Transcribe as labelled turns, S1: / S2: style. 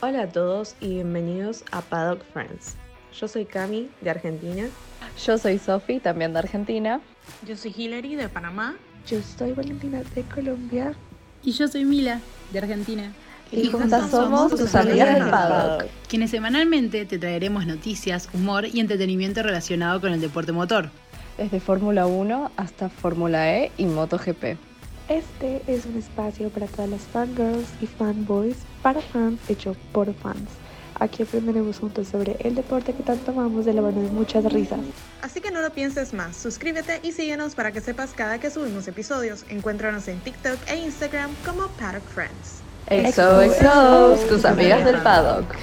S1: Hola a todos y bienvenidos a Paddock Friends. Yo soy Cami, de Argentina.
S2: Yo soy Sofi, también de Argentina.
S3: Yo soy Hilary de Panamá.
S4: Yo soy Valentina de Colombia.
S5: Y yo soy Mila de Argentina.
S2: Y, y juntas somos tus amigas del Paddock.
S5: Quienes semanalmente te traeremos noticias, humor y entretenimiento relacionado con el deporte motor.
S2: Desde Fórmula 1 hasta Fórmula E y MotoGP.
S4: Este es un espacio para todas las fangirls y fanboys, para fans hecho por fans. Aquí aprenderemos juntos sobre el deporte que tanto amamos de la mano de muchas risas.
S3: Así que no lo pienses más, suscríbete y síguenos para que sepas cada que subimos episodios. Encuéntranos en TikTok e Instagram como Paddock Friends.
S2: XOXO, tus amigas del Paddock.